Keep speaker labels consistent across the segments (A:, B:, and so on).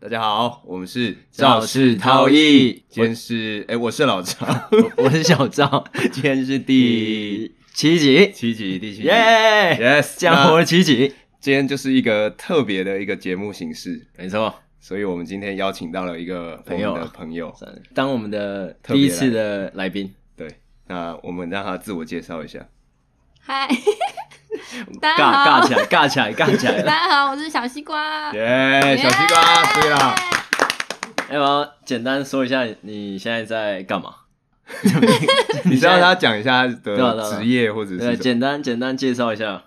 A: 大家好，我们是
B: 赵氏韬毅
A: 今天是哎、我是老赵，
B: 我我是小赵，
A: 今天是第
B: 第七集，
A: 七集，第七集
B: 耶！
A: ，yes，
B: 江湖的七集，
A: 今天就是一个特别的一个节目形式，
B: 没错。
A: 所以我们今天邀请到了一个
B: 朋友
A: 我们的朋友，
B: 当我们的
A: 特别来
B: 第一次的来宾，
A: 对，那我们让他自我介绍一下。
C: 嗨，大
B: 尬
C: 家好
B: 尬起来，尬起来，尬起
C: 大
B: 来！
C: 家好，我是小西瓜。
A: 耶、哎小西瓜，对啦，
B: 要不要简单说一下你现在在干嘛？
A: 你知
B: 现
A: 道
B: 在
A: 他讲一下
B: 对啊对
A: 的
B: 啊
A: 职业或者是
B: 对，
A: 什么
B: 简单简单介绍一下。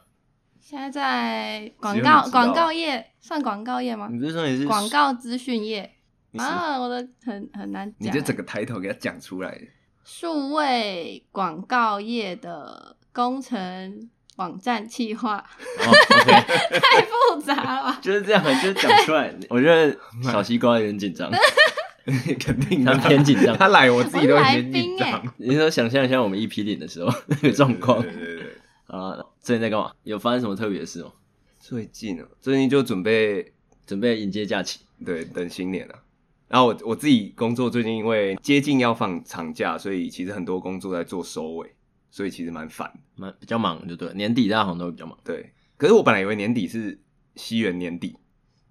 C: 现在在广
A: 只有你
C: 告
A: 知道
C: 广告业，算广告业吗
B: 你？不是说你是
C: 广告资讯业
A: 你是
C: 啊，我的很很难
A: 你
C: 讲
A: 就。整个抬头给他讲出来，
C: 数位广告业的工程网站 企划，
B: 哦？OK，
C: 太复杂了 吧？
B: 就是这样，就是讲出 来。我觉得小西瓜有点紧张，
A: 肯定
B: 他
A: 的
B: 偏紧张。
A: 他来我自己都
C: 我是来
A: 有点紧
C: 宾欸
A: 张。
B: 你说想象一下我们一 P 零的时候那个状况
A: 对对对对
B: 啊，最近在干嘛？有发生什么特别的事吗？
A: 最近哦，最近就准备
B: 准备迎接假期。
A: 对等新年了、啊然后我我自己工作最近因为接近要放长假，所以其实很多工作在做收尾，所以其实蛮烦。
B: 蛮比较忙，就对了，年底大家好像都会比较忙。
A: 对，可是我本来以为年底是西元年底，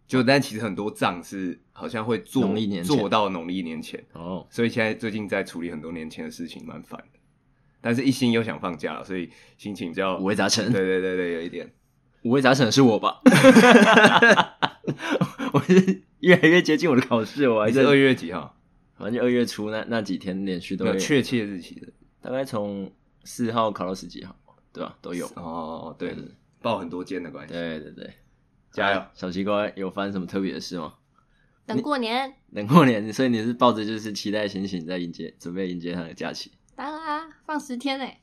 A: 就但其实很多账是好像会做
B: 农历年前
A: 做到农历年前，
B: 哦，
A: 所以现在最近在处理很多年前的事情，蛮烦的。但是一心又想放假了，所以心情比较
B: 五味杂
A: 对
B: 陈，
A: 对对对，有一点。
B: 五味杂陈是我 吧？我是越来越接近我的考试，我还
A: 还
B: 在
A: 是，二月几号？
B: 反正就二月初那那几天连续都
A: 没有
B: 有，
A: 确切日期的。
B: 大概从四号考到十几号，对吧？都有。
A: 哦，对
B: 嗯，
A: 报很多间的关系。
B: 对哎对对，
A: 加油！
B: 小西瓜有发生什么特别的事吗？
C: 等过年，
B: 等过年，所以你是抱着就是期待心情在迎接，准备迎接他的假期。
C: 当然啊，放十天 嘞。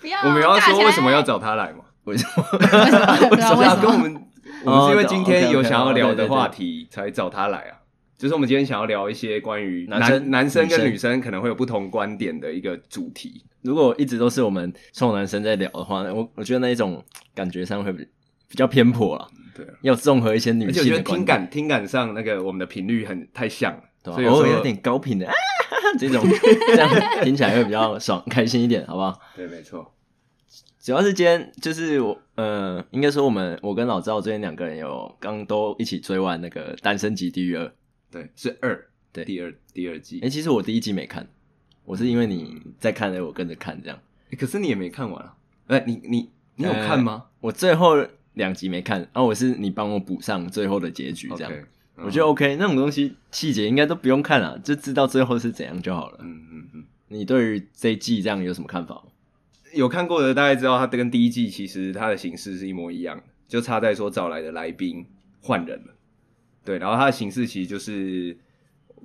C: 不要，
A: 我们要
C: 尬起
A: 说
C: 来
A: 为什么 要 找他来嘛？
B: 为什么？
C: 为什么？对啊，
A: 不
C: 为
A: 是啊
C: 什
A: 跟我
C: 么？
A: 们，我们是因为今天
B: OK，OK，
A: 有想要聊的
B: 对对对
A: 话题才找他来啊。就是我们今天想要聊一些关于
B: 男
A: 男
B: 生
A: 男生跟
B: 女生
A: 女生可能会有不同观点的一个主题。
B: 如果一直都是我们臭男生在聊的话，我我觉得那一种感觉上会比比较偏颇了。
A: 对啊，
B: 要综合一些女
A: 而且我觉
B: 性
A: 得
B: 的观
A: 听
B: 点，
A: 感听感上那个我们的频率很太像了，
B: 对
A: 所以
B: 吧？偶
A: 时
B: 尔
A: 候
B: 有点高频的啊，这种这样听起来会比较爽，开心一点，好不好？
A: 对，没错，
B: 主要是今天就是我，呃，应该说我们我跟老赵最近两个人有刚都一起追完那个《单身级地狱二》。
A: 对是二，
B: 对
A: 第二第二季
B: 哎、。其实我第一集没看，我是因为你在看，而我跟着看这样。
A: 诶可是你也没看完啊？哎，你你你有看吗？
B: 我最后两集没看，然、后我是你帮我补上最后的结局哦这样。
A: OK，嗯
B: 我觉得 OK，那种东西细节应该都不用看了、就知道最后是怎样就好了。
A: 嗯嗯嗯。
B: 你对于这一季这样有什么看法吗？
A: 有看过的大概知道，它跟第一季其实它的形式是一模一样的，就差在说找来的来宾换人了。对，然后它的形式其实就是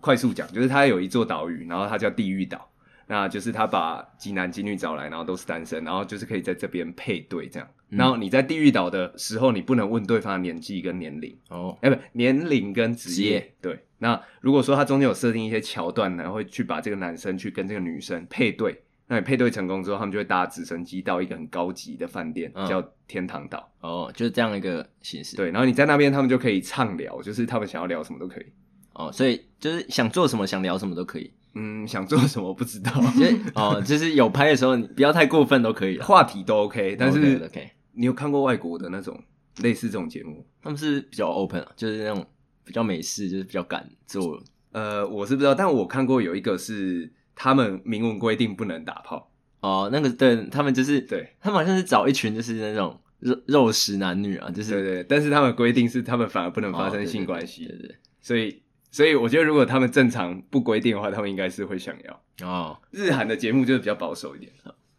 A: 快速讲，就是它有一座岛屿，然后它叫地狱岛，那就是他把几男几女找来，然后都是单身，然后就是可以在这边配对这样。
B: 嗯
A: 然后你在地狱岛的时候，你不能问对方的年纪跟年龄，
B: 哦，
A: 哎，不，年龄跟职
B: 职
A: 业
B: 业。
A: 对，那如果说他中间有设定一些桥段呢，会去把这个男生去跟这个女生配对。那你配对成功之后，他们就会搭直升机到一个很高级的饭店，
B: 嗯
A: 叫天堂岛。
B: 哦，就是这样一个形式。，
A: 对，然后你在那边，他们就可以畅聊，就是他们想要聊什么都可以。
B: 哦，所以就是想做什么、想聊什么都可以。
A: 嗯，想做什么不 知道，
B: 就是哦，就是有拍的时候，你不要太过分都可以啊哦了。
A: 话题都 OK。但是
B: OK，
A: 你有看过外国的那种类似这种节目？
B: 他们是比较 open，啊就是那种比较美式，就是比较敢做。
A: 呃，我是不知道，但我看过有一个是他们明文规定不能打炮。
B: 哦，那个对他们就是，
A: 对，
B: 他们好像是找一群就是那种肉肉食男女啊，就是
A: 对对，但是他们规定是他们反而不能
B: 哦
A: 发生
B: 对对
A: 性
B: 对
A: 关系。
B: 对对
A: 所以，所以我觉得如果他们正常不规定的话，他们应该是会想要。
B: 对哦。
A: 日韩的节目就是比较保守一点，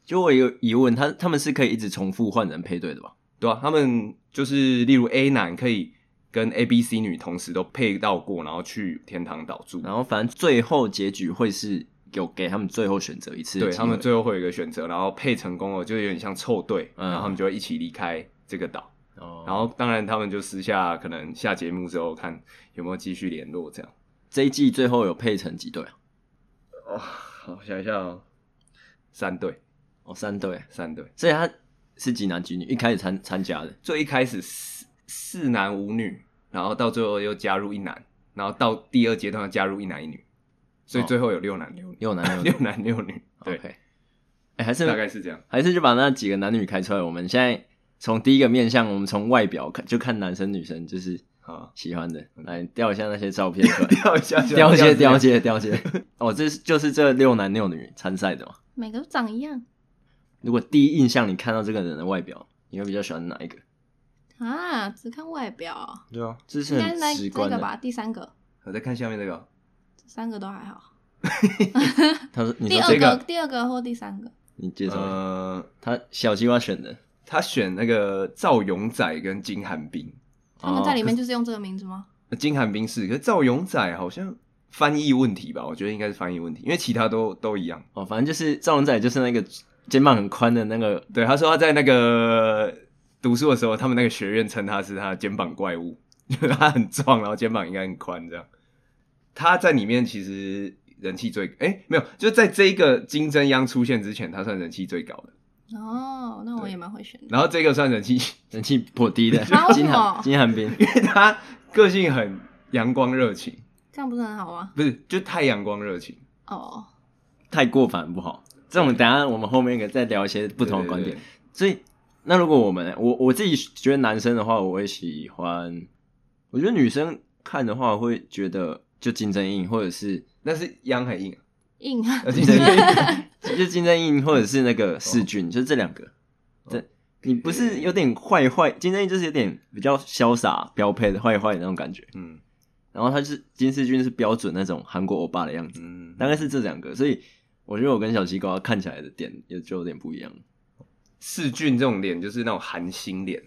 B: 就我有疑问，他他们是可以一直重复换人配对的吧？
A: 对啊，他们就是例如 A 男可以跟 A、B、C 女同时都配到过，然后去天堂岛住，
B: 然后反正最后结局会是有给他们最后选择一次的
A: 对
B: 机会，
A: 他们最后会有一个选择，然后配成功了就有点像凑对，
B: 嗯
A: 然后他们就会一起离开这个岛。
B: 哦
A: 然后当然他们就私下可能下节目之后看有没有继续联络这样。
B: 这一季最后有配成几对啊？
A: 哦，好想一下哦，三对，
B: 哦，三对，
A: 三对，
B: 所以他是几男几女，一开始参参加的
A: 最一开始四四男五女，然后到最后又加入一男，然后到第二阶段又加入一男一女，所以
B: 哦
A: 最后有六男六女，
B: 又男又
A: 六
B: 女，
A: 男六女，对
B: OK，哎、还是
A: 大概嗯哦是这样。
B: 还是就把那几个男女开出来。我们现在从第一个面相，我们从外表看，就看男生女生，就是
A: 好，
B: 喜欢的，来调一下那些照片出来，
A: 掉一下，
B: 调一些，
A: 掉
B: 调
A: 一下
B: 一些，调一些。哦，这是就是这六男六女参赛的嘛？
C: 每个都长一样
B: 如果第一印象你看到这个人的外表，你会比较喜欢哪一个？
C: 啊，只看外表，
A: 对啊，
B: 这是
C: 应该
B: 很
C: 那
B: 直
C: 那
B: 观的
C: 个。吧？第三个，
A: 我再看下面这个，
C: 这三个都还好。
B: 他说：“你
C: 第
B: 说
C: 二
B: 这
A: 这
B: 个，
A: 个
C: 个，第二个或第三个，
B: 你介绍一下、
A: 呃，
B: 他小鸡蛙选的，
A: 他选那个赵勇仔跟金寒冰，
C: 他们
B: 哦
C: 在里面就是用这个名字吗？
A: 金寒冰是，可是赵勇仔好像翻译问题吧？我觉得应该是翻译问题，因为其他都都一样。
B: 哦，反正就是赵龙仔就是那个肩膀很宽的那个，
A: 对，他说他在那个读书的时候，他们那个学院称他是他的肩膀怪物，就是他很壮，然后肩膀应该很宽这样。他在里面其实人气最，哎、没有，就在这一个金正央出现之前，他算人气最高的，
C: 哦，那我也蛮会选的。
A: 然后这个算人气，
B: 人气颇低的
C: 啊为什
B: 金
C: 么
B: 寒金寒冰
A: 因为他个性很阳光热情，
C: 这样不是很好吗？
A: 不是就太阳光热情。
C: 哦，
B: 太过反不好。这种等一下我们后面可以再聊一些不同的观点。
A: 对，
B: 所以那如果我们我我自己觉得男生的话，我会喜欢，我觉得女生看的话会觉得就金正英或者是
A: 那是央很硬，
C: 硬啊
A: 呃金正英
B: 就金正英或者是那个世
A: 哦
B: 俊，就这两个。对，你不是有点坏坏？金正英就是有点比较潇洒标配的坏坏的那种感觉。
A: 嗯
B: 然后他就是金世俊是标准那种韩国欧巴的样子，
A: 嗯，
B: 大概是这两个，所以我觉得我跟小西瓜看起来的点也就有点不一样。
A: 世俊这种脸就是那种韩星脸，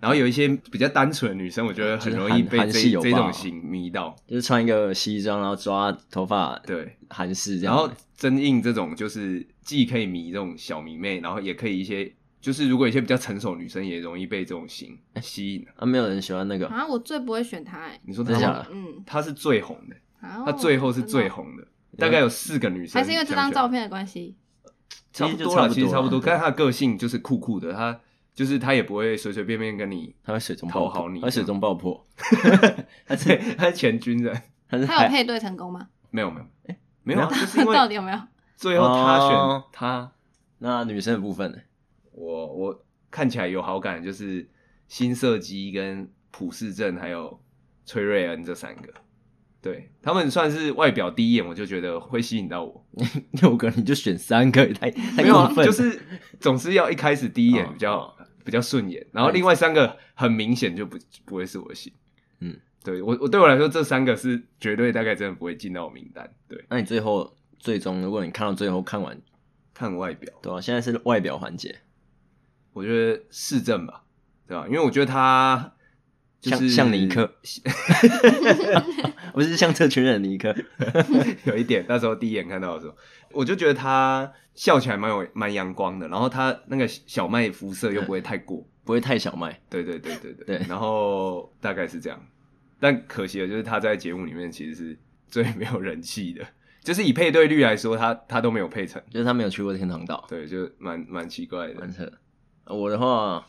A: 然后有一些比较单纯的女生，我觉得很容易被
B: 就是韩韩
A: 这
B: 系有吧
A: 这种型迷到。
B: 就是穿一个西装，然后抓头发，
A: 对，
B: 韩式这
A: 然
B: 样。
A: 后真印这种就是既可以迷这种小迷妹，然后也可以一些就是如果有一些比较成熟的女生也容易被这种型吸引。
B: 啊，没有人喜欢那个，
C: 啊，我最不会选他哎。
A: 你说
B: 真
A: 他
B: 的假
A: 吗
B: 的？
C: 嗯，
A: 他是最红的，
C: 啊
A: 他最后是最，红的，
B: 啊
A: 大概有四个女
C: 真的
A: 生。
C: 还是因为这张照片的关系？
A: 差不多
B: 其实就差不多
A: 啦，
B: 啊
A: 其实差不多。
B: 对
A: 但是他的个性就是酷酷的，他就是他也不会随随便便跟 你，
B: 他会水中爆
A: 讨好
B: 破，
A: 你
B: 他会水中爆破，
A: 他是 他是前军人，
B: 他是
C: 他
B: 海
C: 有配对成功吗？
A: 没有没有，哎、没有啊，就是因为
C: 到底有没有？
A: 最后他选、
B: 哦
A: 他，
B: 那女生的部分呢？
A: 我我看起来有好感，就是新社基跟普世镇还有崔瑞恩这三个，对他们算是外表第一眼我就觉得会吸引到我，
B: 六个你就选三个，也太太
A: 没有、
B: 过
A: 啊，
B: 分了。
A: 就是总是要一开始第一眼
B: 哦
A: 比较、
B: 哦
A: 比较顺眼，然后另外三个很明显就不不会是我的型，
B: 嗯，
A: 对我我对我来说这三个是绝对大概真的不会进到我名单，对，
B: 那你最后最终，如果你看到最后看完，
A: 看外表。
B: 对吧、现在是外表环节，
A: 我觉得市政吧，对吧？因为我觉得他就是
B: 像像 尼克，不是像这群人的尼克，
A: 有一点。那时候第一眼看到的时候，我就觉得他笑起来蛮有蛮阳光的，然后他那个小麦肤色又不会太过，
B: 不会太小麦。
A: 对对对对对。
B: 对
A: 然后大概是这样，但可惜的就是他在节目里面其实是最没有人气的， 就是以配对率来说，他他都没有配成，
B: 就是他没有去过天堂岛，
A: 对，就蛮蛮奇怪的
B: 蛮。扯的。我的话，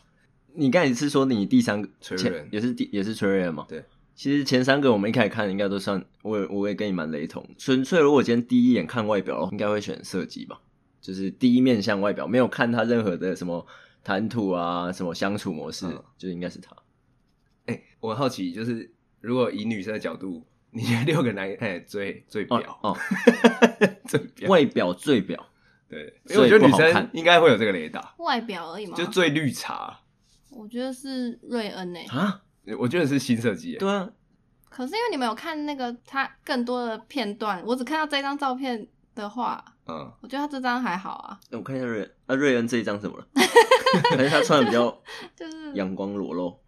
B: 你刚才是说你第三个
A: 崔
B: 前
A: 仁
B: 也是第也是崔瑞恩嘛？
A: 对。
B: 其实前三个我们一开始看应该都算，我也我也跟你蛮雷同。纯粹如果今天第一眼看外表，应该会选设计吧，就是第一面向外表，没有看他任何的什么谈吐啊、什么相处模式，
A: 嗯
B: 就应该是他。
A: 哎、我好奇就是，如果以女生的角度，你觉得六个男 哎最最
B: 哦
A: 婊？
B: 哦，
A: 最婊
B: 外表最婊，
A: 对，因为我觉得女
B: 最不好
A: 生
B: 看嗯
A: 应该会有这个雷达，
C: 外表而已嘛。
A: 就最绿茶，
C: 我觉得是瑞恩诶、
B: 啊，
A: 我觉得是新设计耶。
B: 对啊，
C: 可是因为你们有看那个他更多的片段，我只看到这张照片的话，
A: 嗯，
C: 我觉得他这张还好啊，
B: 我看一下瑞恩啊，瑞恩这一张怎么了？ 还是他穿的比较
C: 就是
B: 阳光裸露，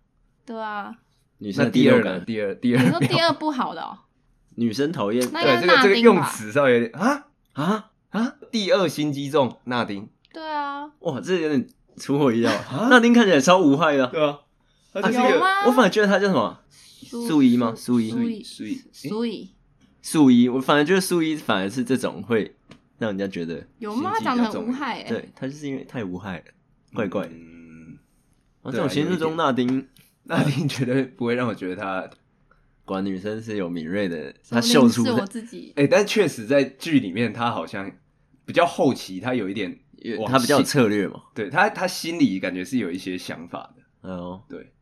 C: 对啊。
B: 女
A: 那
B: 生的第
A: 第
B: 六
A: 二呢？
B: 感，
A: 第二第
C: 你
A: 二
C: 说第二不好的哦、
B: 女生讨厌
C: 那应
A: 对
C: 该是
A: 这个
C: 纳
A: 这个
C: 丁吧
A: 用词稍微有点啊
B: 啊，
A: 啊，第二心机重纳丁，
C: 对啊，
B: 哇，这有点出乎我意料。
A: 啊
B: 那丁看起来超无害的啊，
A: 对啊，他
C: 是一个有吗
B: 我反而觉得他叫什么素衣吗？素
C: 苏
B: 衣，
C: 以
A: 素衣
C: 素以
B: 素衣，我反而觉得素衣反而是这种会让人家觉得
C: 有吗？
B: 心机
C: 长
B: 比
C: 得
B: 较重
C: 很无害欸诶、
B: 对他就是因为太无害了，怪怪的。
A: 嗯，对
B: 啊
A: 啊
B: 这种形式中，
A: 有
B: 那丁
A: 纳丁绝对不会让我觉得他
B: 果然女生是有敏锐的，
C: 什么
B: 她秀出
C: 哦是我
B: 的
C: 自己，
A: 哎、但确实在剧里面，他好像比较后期，他有一点
B: 有，
A: 往
B: 她比较有
A: 性
B: 策略嘛。
A: 对他，他心里感觉是有一些想法的，
B: 哎呦，
A: 对。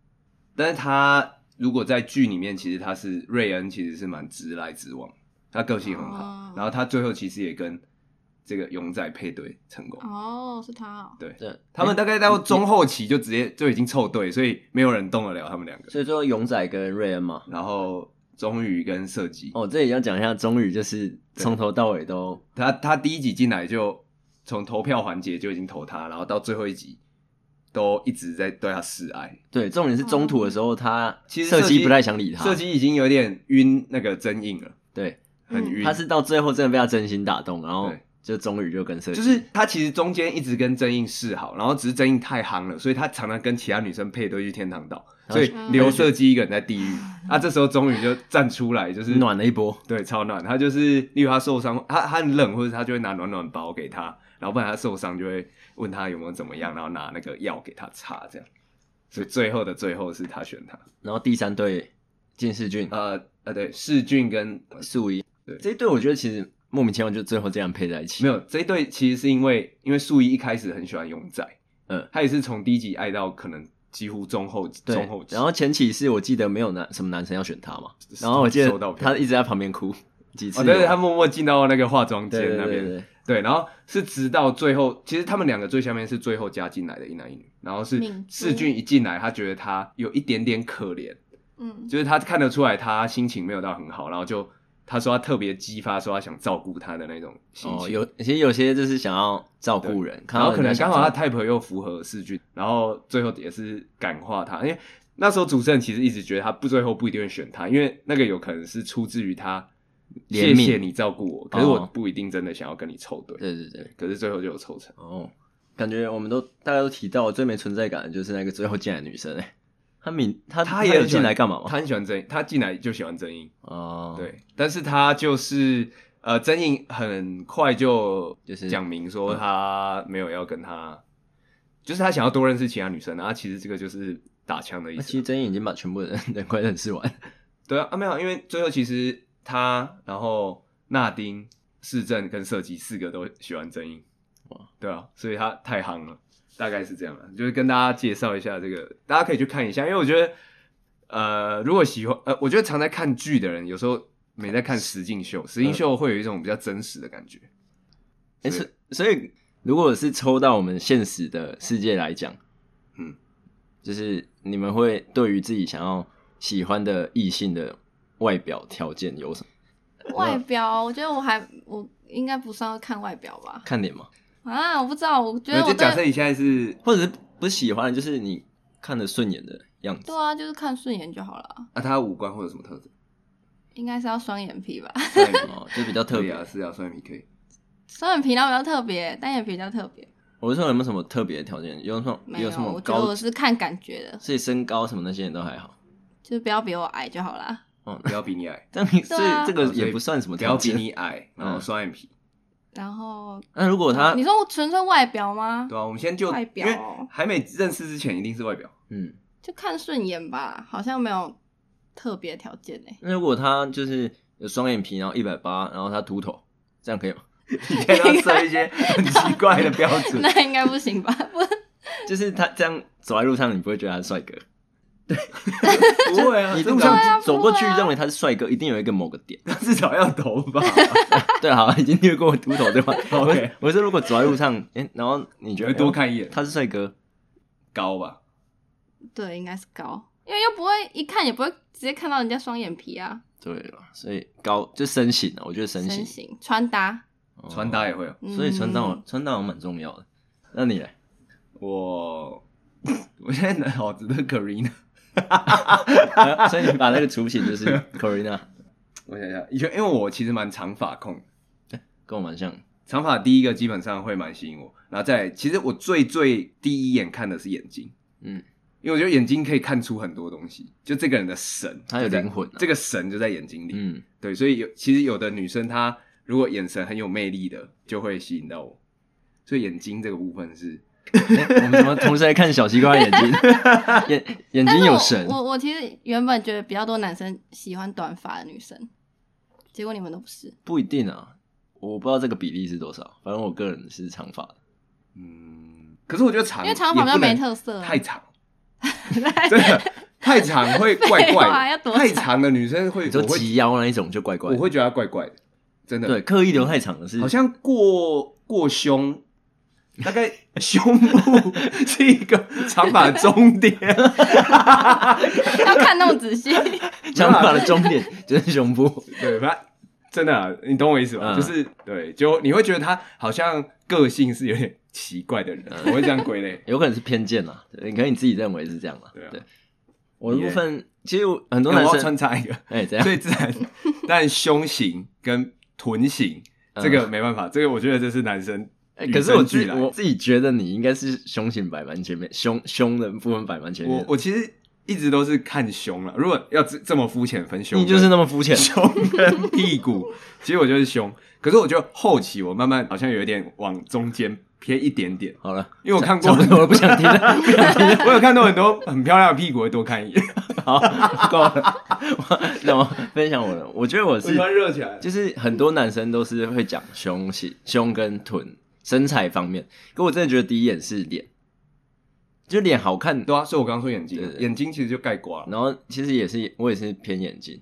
A: 但是他如果在剧里面，其实他是瑞恩，其实是蛮直来直往，他个性很好，
C: 哦
A: 然后他最后其实也跟这个勇仔配对成功。
C: 哦，是他哦，
A: 对，
B: 对，
A: 他们大概到
B: 哎
A: 中后期就直接就已经凑对，所以没有人动得了他们两个。
B: 所以最后勇仔跟瑞恩嘛。
A: 然后终于跟射击，
B: 哦，这里要讲一下，终于就是
A: 对
B: 从头到尾都
A: 他他第一集进来就从投票环节就已经投他，然后到最后一集都一直在对他示爱。
B: 对，重点是中途的时候，他
A: 嗯其实
B: 射
A: 击
B: 击不太想理他，
A: 射击已经有点晕那个真印了，
B: 对，
A: 很
C: 嗯
A: 晕。
B: 他是到最后真的被他真心打动，然后
A: 对
B: 就终于就跟射击，
A: 就是他其实中间一直跟真印示好，然后只是真印太夯了，所以他常常跟其他女生配对去天堂岛，
B: 然后
A: 所以
C: 嗯
A: 留射击一个人在地狱。啊，这时候终于就站出来，就是
B: 暖了一波。
A: 对，超暖。他就是，例如他受伤，他他很冷，或者他就会拿暖暖包给他，然后不然他受伤就会问他有没有怎么样，然后拿那个药给他擦，这样。所以最后的最后是他选他，
B: 然后第三队金世俊、
A: 呃呃，对，世俊跟
B: 素一，
A: 对
B: 这一队我觉得其实莫名其妙就最后这样配在一起，
A: 没
B: 有
A: 有这一对，其实是因为因为素一一开始很喜欢永仔，
B: 嗯，
A: 他也是从第一集爱到可能几乎中后中后
B: 对。
A: 期，
B: 然后前期是我记得没有男什么男生要选他嘛，
A: 收
B: 然后我记
A: 收到
B: 得
A: 票
B: 他一直在旁边哭几次
A: 哦，
B: 有，
A: 对对，他默默进到那个化妆间
B: 对对
A: 那边，
B: 对对，
A: 对，然后是直到最后，其实他们两个最下面是最后加进来的一男一女，然后是
C: 敏珠
A: 世俊一进来，他觉得他有一点点可怜，
C: 嗯，
A: 就是他看得出来他心情没有到很好，然后就他说他特别激发，说他想照顾他的那种心
B: 哦，
A: 情。
B: 有其实有些就是想要照顾人，看
A: 然后
B: 到
A: 可能
B: 人家
A: 刚好他
B: 想照
A: type 又符合世俊，然后最后也是感化他，因为那时候主持人其实一直觉得他不最后不一定会选他，因为那个有可能是出自于他谢
B: 怜悯
A: 谢你照顾我，可是我
B: 哦
A: 不一定真的想要跟你凑对，
B: 顾对对对，
A: 可是最后就有凑成。
B: 哦，感觉我们都大家都提到最没存在感的就是那个最后进来的女生 哎、她敏她
A: 他
B: 她
A: 也
B: 有
A: 很喜欢
B: 进来干嘛
A: 他
B: 嘛？
A: 很喜欢曾，他进来就喜欢曾英，
B: 哦，，
A: 对。但是他就是呃，曾英很快就
B: 就是嗯
A: 讲明说他没有要跟他，就是他想要多认识其他女生啊。啊其实这个就是打枪的意
B: 那其
A: 思
B: 实
A: 啊。
B: 真已经把全部人 人快认识完，
A: 对啊，啊没有，因为最后其实他，然后纳丁、市政跟设计四个都喜欢曾英，
B: 哇
A: 对啊，所以他太夯了，大概是这样了。啊就是跟大家介绍一下这个，大家可以去看一下，因为我觉得，呃，如果喜欢，呃，我觉得常在看剧的人，有时候没在看实境秀，实境秀会有一种比较真实的感觉。
B: 哎、
A: 是
B: 所所以如果是抽到我们现实的世界来讲，
A: 嗯，
B: 就是你们会对于自己想要喜欢的异性的外表条件有什么
C: 外表，我觉得我还我应该不算看外表吧，
B: 看点吗？
C: 啊，我不知道，我觉
A: 那
C: 得
A: 就
C: 我
A: 假设
C: 对
A: 你现在是
B: 或者是不是喜欢的，就是你看得顺眼的样子
C: 对？啊，就是看顺眼就好了，
A: 啊，他五官会有什么 特质？
C: 应该是要双眼皮吧，
A: 双眼皮
B: 哦，就比较特
A: 可以
B: 别。
A: 啊，是啊，双眼皮可以。
C: 双眼皮那比较特别，单眼皮比较特别，
B: 我是说有没有什么特别的条件？有什么
C: 没有
B: 什，么
C: 我觉得
B: 高
C: 我？是看感觉的，
B: 所以身高什么那些人都还好。
C: 就是不要比我矮就好啦。
A: 不要比你矮，
B: 但你
C: 对
B: 所
C: 啊
B: 以这个
A: 哦所以
B: 也不算什么
A: 不要
B: 条
A: 比
B: 件。
A: 你矮，然后
B: 嗯
A: 双眼皮。
C: 然后
B: 那如果他
C: 你说我纯粹外表吗？
A: 对啊，我们先就
C: 外表哦
A: 因为还没认识之前一定是外 表，
B: 嗯，
C: 就看顺眼吧，好像没有特别条件欸诶、
B: 那如果他就是有双眼皮，然后一百八，然后他秃头，这样可以吗？
A: 你给他设一些很奇怪的标准。
C: 那应该不行吧？ 不，
B: 就是他这样走在路上，你不会觉得他是帅哥。
A: 不会啊
B: 你
A: 这
B: 路
A: 种
C: 对
B: 上
C: 啊不会啊
B: 走过去，认为他是帅哥，一定有一个某个点。
A: 至少要头 发。
B: 对，啊好，已经略过秃头 对吧
A: OK
B: 我我是如果走在路上，哎、然后你觉
A: 你会
B: 得
A: 多看一眼，
B: 他是帅哥，
A: 高吧？
C: 对，应该是高，因为又不会一看也不会直接看到人家双眼皮啊，
B: 对了，所以高就身形啊，我觉得身
C: 身
B: 形
C: 形、穿搭，
B: 哦
A: 穿搭也会哦。
C: 嗯、
B: 所以穿搭我穿搭我蛮重要的。那你嘞？
A: 我我现在脑子的 Karina，
B: 啊所以你把那个雏形就是 Corina
A: 我想想，以前因为我其实蛮长发控的，
B: 跟我蛮像，
A: 长发第一个基本上会蛮吸引我，然后再来其实我最最第一眼看的是眼睛，
B: 嗯，
A: 因为我觉得眼睛可以看出很多东西，就这个人的神，
B: 他有
A: 就在
B: 灵魂啊
A: 这个神就在眼睛里，
B: 嗯，
A: 对，所以有其实有的女生她如果眼神很有魅力的，就会吸引到我，所以眼睛这个部分是
B: 诶哎我们怎么同时在看小西瓜的眼睛？ 眼眼
C: 但
B: 睛
C: 是
B: 有
C: 我
B: 神，
C: 我我其实原本觉得比较多男生喜欢短发的女生，结果你们都不是。
B: 不一定啊。我不知道这个比例是多少，反正我个人是长发的。
A: 嗯，可是我觉得
B: 啊
A: 长，
C: 因为长发比较没特色啊
A: 太长， 真的太长会怪
C: 废
A: 怪
C: 话
A: 的，
C: 要多
A: 太
C: 长
A: 长的女生会
B: 你
A: 我
B: 说
A: 会
B: 及腰那一种就怪怪
A: 我
B: 的，
A: 会觉得她怪怪的，真的
B: 对刻意留太长的是
A: 好像过过胸，大概胸部 是一个长发的终点，
C: 要看那么仔细，
B: 长发的终 点就是胸部。
A: 对吧？真的啊、你懂我意思吧？
B: 嗯
A: 就是对，就你会觉得她好像个性是有点奇怪的人，
B: 嗯
A: 我会这样归类。
B: 有可能是偏见啦，对可能你自己认为是这样啦。
A: 对啊
B: 我的部分其实我很多
A: 那我
B: 男
A: 要
B: 生
A: 穿插一个，
B: 哎、怎样？
A: 最自然，但胸型跟臀型
B: 嗯
A: 这个没办法，这个我觉得这是男生
B: 哎
A: 与
B: 可是我
A: 生
B: 自
A: 俱
B: 己
A: 来。
B: 我自己觉得你应该是胸型摆蛮前面，胸胸的部分摆蛮前面
A: 我
B: 的。
A: 我其实一直都是看胸了，如果要这这么肤浅分胸，
B: 你就是那么肤浅，
A: 胸跟屁股，其实我就是胸。可是我觉得后期我慢慢好像有一点往中间偏一点点，
B: 好了，
A: 因为我看过
B: 差不多了，不想听了， 不想听了，
A: 我有看到很多很漂亮的屁股，会多看一眼，
B: 好，够了。 我那我分享我的，我觉得我是
A: 热起来
B: 就是很多男生都是会讲胸型、胸跟臀身材方面，可我真的觉得第一眼是脸，就脸好看
A: 对啊，所以我刚刚说眼睛
B: 对，对
A: 眼睛其实就盖瓜了。
B: 然后其实也是我也是偏眼睛，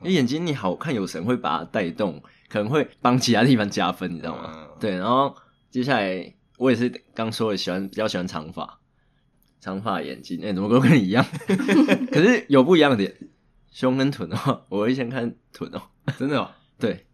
B: 因为眼睛你好看有神会把它带动，可能会帮其他地方加分，你知道吗？
A: 嗯
B: 对，然后接下来我也是刚说的喜欢比较喜欢长发，长发眼睛，哎、怎么都跟你一样？ 可是有不一样的点，胸跟臀的话，我会先看臀哦。
A: 真 的哦，
B: 对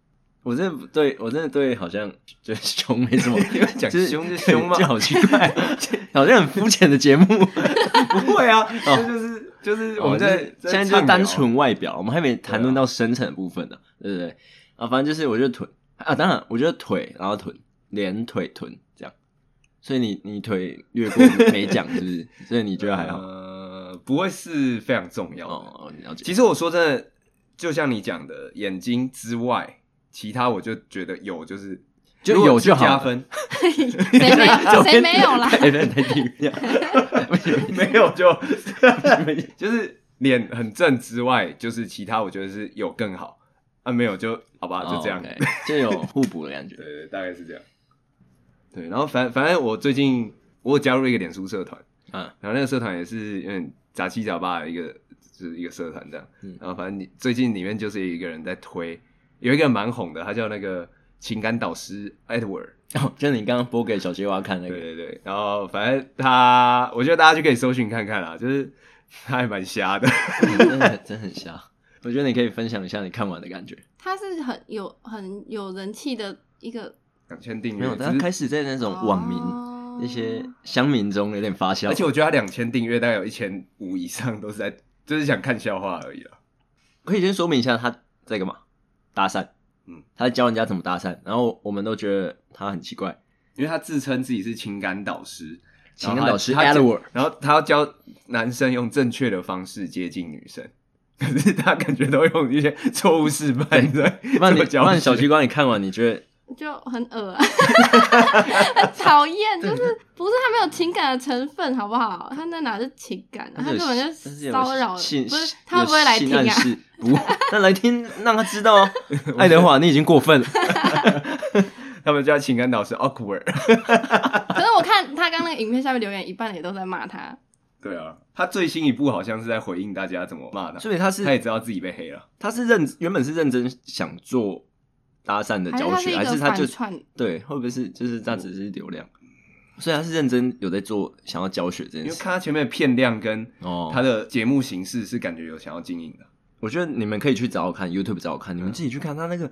B: 我真的不对我真的对好像就是胸没什么
A: 因为讲
B: 是
A: 胸就胸嘛
B: 对就好奇怪， 好像很肤浅的节目。
A: 不会啊，这就是就是 我们在
B: 哦就是
A: 在畅
B: 现在就是
A: 聊啊
B: 单纯外表，我们还没谈论到深层的部分呢，对不对？啊，反正就是我觉得臀啊，当然我觉得腿，然后臀，连腿臀这样。所以你你腿略过没讲是不是？ 所以你觉得还 好？
A: 呃，不会是非常重要的。
B: 哦，了解。
A: 其 实我说真的，就像你讲的，眼睛之外，其他我就觉得有就是
B: 就
A: 如果
B: 有
A: 是
B: 就好
A: 加
B: 了
A: 分，
C: 谁没有谁没有 啦？
B: 哎，对对对，不行
A: 没有就就是脸很正之外，就是其他我觉得是有更好啊，没有就 好吧，就这样。
B: 哦，OK，就有互补的感觉
A: 对。对，大概是这样。对，然后反反正我最近我有加入一个脸书社团，
B: 嗯
A: 然后那个社团也是有点杂七杂八的一个，就是一个社团这样。
B: 嗯
A: 然后反正你最近里面就是有一个人在推，有一个蛮红的，他叫那个情感导师 Edward。
B: 哦，就是你刚刚播给小西瓜看那
A: 对
B: 个，
A: 对对，然后反正他，我觉得大家就可以搜寻看看啦，就是他还蛮瞎的。
B: 嗯真的很真的很瞎。我觉得你可以分享一下你看完的感觉。
C: 他是很有很有人气的一个
A: 两千订阅，
B: 没有，
A: 嗯只
B: 他
A: 是
B: 开始在那种网民
C: 哦
B: 一些乡民中有点发酵，
A: 而且我觉得他两千订阅大概有一千五以上都是在，就是想看笑话而已啦。
B: 可以先说明一下他在干嘛，搭讪，嗯
A: 嗯，
B: 他在教人家怎么搭讪，然后我们都觉得他很奇怪，
A: 因为他自称自己是情感导师，
B: 情感导师
A: 然后他
B: Edward，
A: 然后他要教男生用正确的方式接近女生， 可是他感觉都用一些错误示范在
B: 那你
A: 做教
B: 那你
A: 学
B: 小西瓜你看完你觉得
C: 就很恶、啊， 很讨厌，就是不是他没有情感的成分，好不好？他那哪是情感、啊？
B: 他
C: 他
B: 是
C: 根
B: 有
C: 本就
B: 但是有
C: 骚扰，不
B: 性
C: 是他会不会来听？
B: 有性
C: 啊
B: 暗？ 示不，那来听让他知道啊，爱德华你已经过分了，
A: 他们叫情感导师 awkward。
C: 可是我看他刚那个影片下面留言，一半也都在骂他，
A: 对啊，他最新一部好像是在回应大家怎么骂他，
B: 所以他
A: 他也
B: 是
A: 知道自己被黑了。
B: 他是认原本是认真想做搭讪的
C: 还是
B: 教
C: 他是
B: 学，
C: 一
B: 还
C: 个
B: 是他就
C: 反串？
B: 对，会不会是就是他只是流量？所以他是认真有在做想要教学这
A: 因
B: 件
A: 为
B: 事
A: 看他前面的片量跟
B: 哦
A: 他的节目形式是感觉有想要经营的，
B: 我觉得你们可以去找我看 YouTube 找我
A: 嗯
B: 看，你们自己去看他那个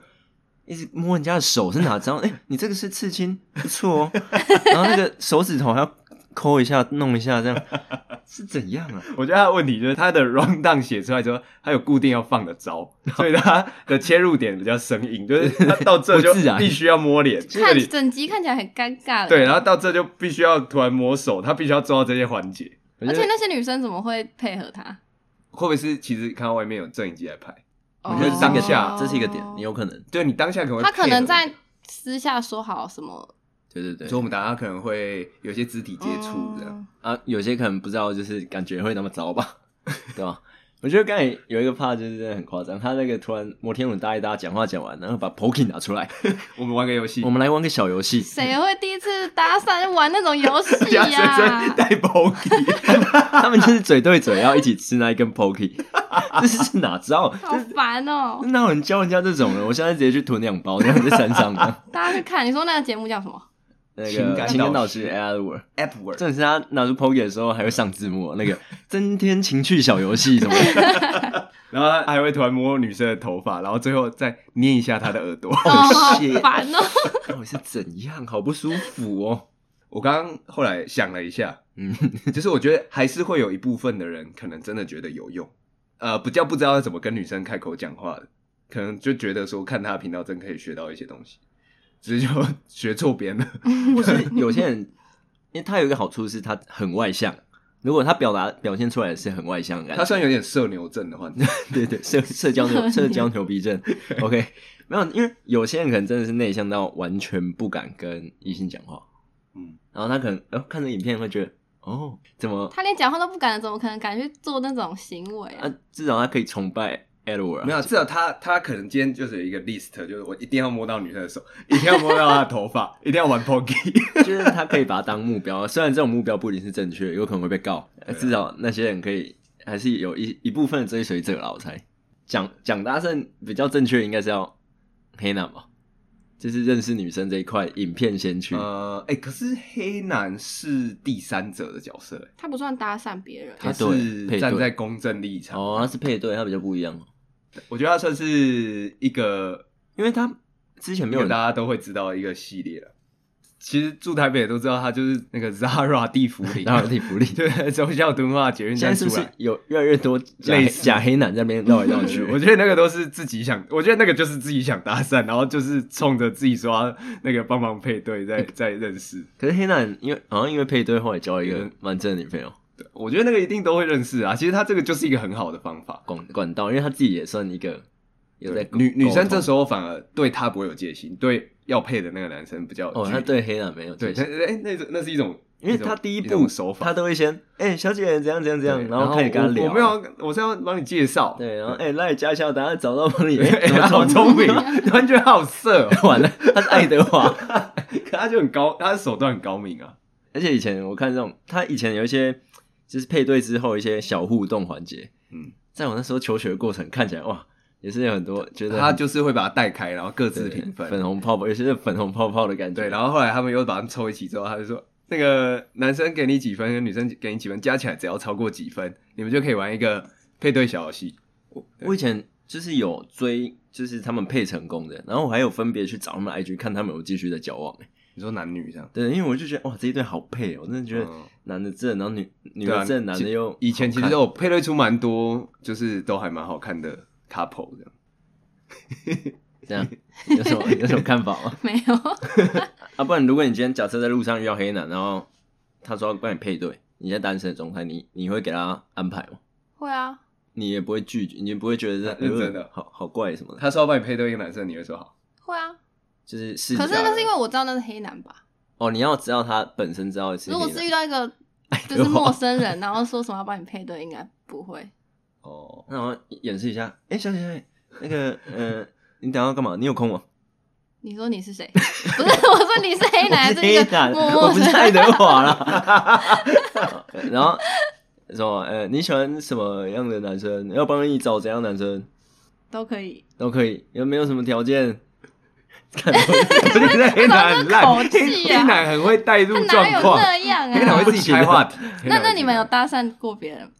B: 一直摸人家的手是 哪张？哎、你这个是刺青，不错哦。 然后那个手指头还要抠一下、弄一下，这样 是怎样啊？
A: 我觉得他的问题就是他的 round down 写出来之后，他有固定要放的招，所以他的切入点比较生硬，就是他到这就
B: 不自然
A: 必须要摸脸，这
C: 看
A: 里
C: 整集看起来很尴尬的，
A: 对，然后到这就必须要突然摸手，他必须要做到这些环节，
B: 我觉
C: 而且
B: 得
C: 那些女生怎么会配合他？
A: 会不会是其实看到外面有摄影机来拍？
B: 我觉得
A: 哦
B: 这个
A: 当下
B: 这是一个点，你有可能
A: 对你当下可能会
C: 哦他可
A: 配合
C: 能在私下说好什么
B: 对对对，
A: 所以我们大家可能会有些肢体接
C: 哦
A: 触这样。
B: 啊，有些可能不知道，就是感觉会那么糟吧， 对吧？我觉得刚才有一个怕就是真的很夸张，他那个突然摩天轮搭一搭，讲话讲完，然后把 Poki 拿出来，
A: 我们玩个游戏，
B: 我们来玩个小游戏，
C: 谁会第一次搭讪玩那种游戏 啊
A: 加
B: 啊
A: 深
C: 呀
A: 深？带 Pokey，
B: 他们就是嘴对嘴，要一起吃那一根 Poki，这 是哪知道？
C: 好烦哦、
B: 那有人教人家这种人？我现在直接去囤两包，那样在山上的
C: 大家去看，你说那个节目叫什么？
B: 那
A: 情
B: 个
A: 感
B: 情感导
A: 导
B: 师
A: 师
B: Edward，
A: Edward，
B: 真的是他拿出 Poki 的时候还会上字幕，那个增添情趣小游戏什么的。
A: 然后他还会突然摸女生的头发，然后最后再捏一下她的耳朵。
C: 哦，好
B: shit
C: 烦哦、
B: 到底是怎样？好不舒服哦。
A: 我刚刚后来想了一下，
B: 嗯，
A: 就是我觉得还是会有一部分的人可能真的觉得有用，呃，比较不知道要怎么跟女生开口讲话的，可能就觉得说看他的频道真可以学到一些东西，只是就学错边 了。
B: 或是有些人，因为他有一个好处是他很外向，如果他表达表现出来的是很外向的感
A: 他
B: 觉，
A: 算有点社牛症的话，
B: 对啊对，社社交牛社交牛逼症。OK，没有，因为有些人可能真的是内向到完全不敢跟异性讲话，
A: 嗯，
B: 然后他可能呃看着影片会觉得哦，怎么
C: 他连讲话都不敢了，怎么可能敢去做那种行为啊？
A: 呃
B: 啊？至少他可以崇拜 Edward，啊
A: 没有，至少他他可能今天就是有一个 list，就是我一定要摸到女生的手， 一定要摸到她的头发， 一定要玩 Pokey。
B: 就是他可以把它当目标，虽然这种目标不一定是正确，有可能会被告，
A: 啊
B: 呃至少那些人可以还是有一一部分的追随者啦。我猜讲讲搭讪比较正确，的应该是要黑男吧，就是认识女生这一块，影片先去。
A: 呃，哎、可是黑男是第三者的角色、哎
C: 他不算搭讪别人，
A: 他
B: 配对
A: 是
B: 配对
A: 站在公正立场。
B: 哦，他是配对，他比较不一样，哦
A: 我觉得他算是一个
B: 因为他之前没
A: 没
B: 有
A: 有大家都会知道的一个系列了。其实住台北也都知道，他就是那个 Zara 地府里，。
B: 当然地福利
A: 对，中孝敦化捷运
B: 现
A: 站
B: 在是
A: 出
B: 不是
A: 来。
B: 有越来越多假
A: 类似
B: 假黑男在那边绕来绕去？
A: 我
B: 我
A: 觉得那个都是自己想，我觉得那个就是自己想搭讪，然后就是冲着自己说要那个帮忙配对，
B: 哎
A: 再再认识。
B: 可是黑男因为好像因为配对后来交了一个蛮正的女朋友，
A: 对，我觉得那个一定都会认识啊。其实他这个就是一个很好的方法。
B: 管管道，因为他自己也算一个有在
A: 对，女女生这
B: 是
A: 时候反而对他不会有戒心，对要配的那个男生比较有
B: 哦，
A: 距
B: 他
A: 离
B: 对黑男没有
A: 对，
B: 对，
A: 他哎、那是那是一种，
B: 因为
A: 种
B: 他第一步
A: 种手法，
B: 他都会先哎、小姐怎样怎样怎样，
A: 对
B: 后开始跟他聊，
A: 我我没有要，我是要帮你介绍。
B: 对，然后哎来加一下，等下找到帮你，
A: 哎，
B: 哎怎
A: 他
B: 么
A: 好
B: 找
A: 聪明，突然觉得他好色、哦，
B: 完了，他是爱德 华，
A: 可他就很高，他的手段很高明啊。
B: 而且以前我看这种，他以前有一些就是配对之后一些小互动环节，
A: 嗯，
B: 在我那时候求学的过程看起来哇，也是有很多觉得
A: 他就是会把他带开，然后各自
B: 对
A: 评分。
B: 粉红泡泡，有些是粉红泡泡的感觉，
A: 对，然后后来他们又把他们凑一起之后，他就说。那个男生给你几分，跟女生给你几分，加起来只要超过几分，你们就可以玩一个配对小游戏。
B: 我以前就是有追，就是他们配成功的，然后我还有分别去找他们的 IG 看他们有没有继续在交往、欸。
A: 你说男女这样，
B: 对，因为我就觉得哇，这一对好配哦，我真的觉得
A: 嗯
B: 男的正，然后女女
A: 对
B: 的
A: 啊
B: 正，男的又
A: 以前其
B: 好
A: 实
B: 看
A: 都有配对出蛮多，就是都还蛮好看的 couple 这样。
B: 这样，有什么有什么看法吗？
C: 没有，
B: 啊，不然如果你今天假设在路上遇到黑男，然后他说要帮你配对，你在单身的状态，你你会给他安排吗？
C: 会啊，
B: 你也不会拒绝，你也不会觉 得这
A: 认真的
B: 呃好好怪什么的，
A: 他说要帮你配对一个男生，你会说好。
C: 会啊。
B: 就是是
C: 可是那是因为我知道那是黑男吧？
B: 哦，你要知道他本身知道是哎
C: 如果
B: 黑
C: 是
B: 男
C: 遇到一个
B: 德
C: 就是
B: 华
C: 陌生人，然后说什么要帮你配对，应该不会。
A: 哦，
B: 那我演示一下。哎、小姐，小姐，那个，呃，你等一下要干嘛？你有空吗？
C: 你说你是谁？ 不是，我说你是黑男，还
B: 我
C: 是
B: 是
C: 一
B: 黑
C: 个
B: 男，
C: 默
B: 我
C: 默
B: 不 是
C: 的。
B: 爱德华啦。 然后什么？呃，你喜欢什么样的男生？要帮你找怎样的男生
C: 都可以。
B: 都可以，有没有什么条件？看，
C: 啊
A: 我觉得黑男很烂，
C: 口气
A: 黑
C: 啊
A: 男很会带
C: 他
A: 入
C: 哪
A: 状
C: 有
A: 况，
C: 那样
A: 黑男
C: 啊
A: 会？自己开话题。黑
C: 那
A: 男会
C: 那
A: 自己
C: 你们有
A: 开
C: 搭讪过别人？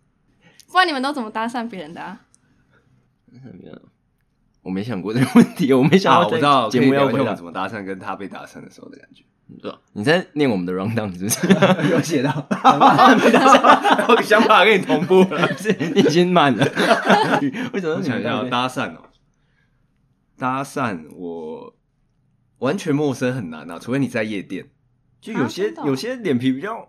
C: 不然你们都怎么搭讪别人的、啊？
B: 啊我没想过这个问题，我没想
A: 啊？
B: 到
A: 我知道
B: 节目要回
A: 可以聊一下我
B: 答
A: 们怎。么搭讪，跟他被搭讪的时候的感觉。
B: 你在念我们的 round down 是不是？
A: 有写 到，我想法跟你同步了。
B: 是 你已经满了。为什么
A: 我
B: 你
A: 想
B: 们
A: 一下
B: 到底
A: 搭讪哦，搭讪我完全陌生很难啊，除非你在夜店。
B: 就有
C: 啊
B: 些
C: 真的哦
B: 有些脸皮比较啊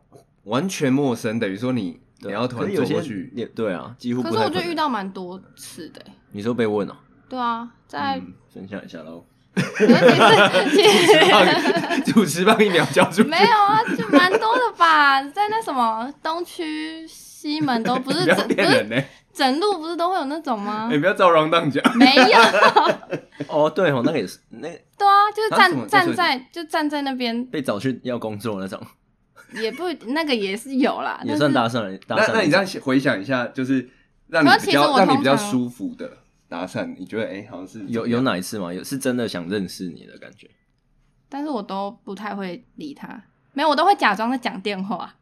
A: 完全陌生，等于说你你要突
B: 可
A: 然
B: 是
A: 走
B: 有些
A: 过去，
B: 也对啊，几乎不
C: 可
B: 太
C: 是我就
B: 能
C: 遇到蛮多次的欸、
B: 你说被问哦、
C: 对啊，在
A: 嗯
B: 分享一下喽。
C: 嗯可是其实其实
A: 主持棒一秒交 出去，
C: 没有啊，就蛮多的吧，在那什么东区、西门都不是
A: 不要嗯
C: 整不
A: 骗人
C: 是
A: 呢、哎
C: 整路不是都会有那种吗
A: 你、？不要照 round down 讲，
C: 没有，
B: 哦，对哦，那个也是，那个
C: 对啊，就是
A: 啊什么
C: 站
A: 再说
C: 站
A: 一
C: 在就站在那边
B: 被找去要工作那种，
C: 也不那个也是有啦，
B: 也
C: 啊但
B: 算
C: 是
B: 搭讪了。搭
A: 那
B: 讪了
A: 那你这样回想一下，就是让你
C: 可是
A: 比
C: 其实
A: 较
C: 我
A: 让你
C: 通
A: 比较
C: 常
A: 舒服的搭讪，你觉得哎、好像是怎么
B: 有
A: 样
B: 有哪一次吗？有是真的想认识你的感觉？
C: 但是我都不太会理他，没有，我都会假装在讲电话
A: 啊，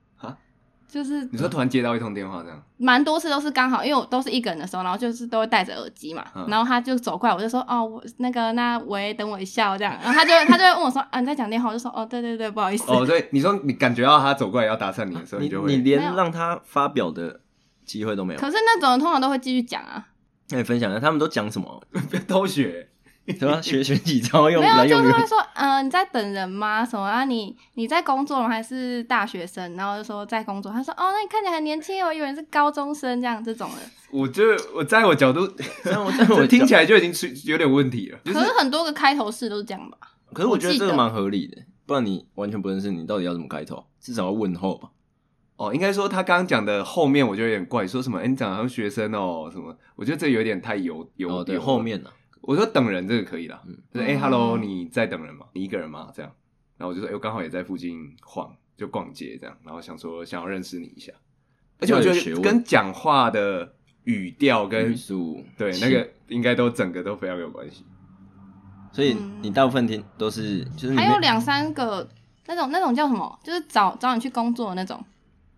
C: 就是
A: 你说突然接到一通电话这样，
C: 蛮多次都是刚好，因为我都是一个人的时候，然后就是都会戴着耳机嘛，
A: 嗯
C: 然后他就走过来，我就说哦，我那个那喂，等我一下哦这样，然后他就会他就会问我说啊你在讲电话，我就说哦对对对，不好意思，
A: 哦，对，你说你感觉到他走过来要搭讪你的时候，
B: 你
A: 就会
B: 你
C: 没
B: 连
C: 有
B: 让他发表的机会都没有。
C: 可是那种人通常都会继续讲啊，
B: 那你分享一下他们都讲什么？
A: 偷学，
B: 对吧？学学几招用
C: 没
B: 来
C: 有啊就
B: 用
C: 是
B: 用
C: 会。说嗯、呃你在等人吗什么啊你你在工作吗还是大学生，然后就说在工作，他说哦那你看起来很年轻哦，我以为你是高中生这样这种人。
A: 我觉得我在我角度，
B: 但 我但
A: 我
B: 我
A: 听起
B: 来，
A: 来就已经出有点问题了，就是
C: 可是很多个开头式都是这样吧？
B: 可是我觉得这
C: 我
B: 个
C: 记得
B: 蛮合理的，不然你完全不认识你，到底要怎么开头？至少要问候吧。
A: 哦，应该说他刚刚讲的后面我觉得有点怪，说什么哎、你长得像学生哦什么，我觉得这有点太油油、
B: 哦，对，
A: 油了
B: 后面呢？
A: 我说等人这个可以啦，
B: 嗯
A: 就是哎、欸、，hello，
C: 嗯
A: 你在等人吗？你一个人吗？这样，然后我就说，哎、我刚好也在附近晃，就逛街这样，然后想说想要认识你一下，而且我觉
B: 要有学
A: 得
B: 问
A: 跟讲话的语调跟
B: 语速
A: 对
B: 气
A: 那个应该都整个都非常有关系。
B: 所以
C: 嗯
B: 你大部分听都是就
A: 嗯
B: 是你
C: 还有
B: 没
C: 两三个那种那种叫什么，就是找找你去工作的那种，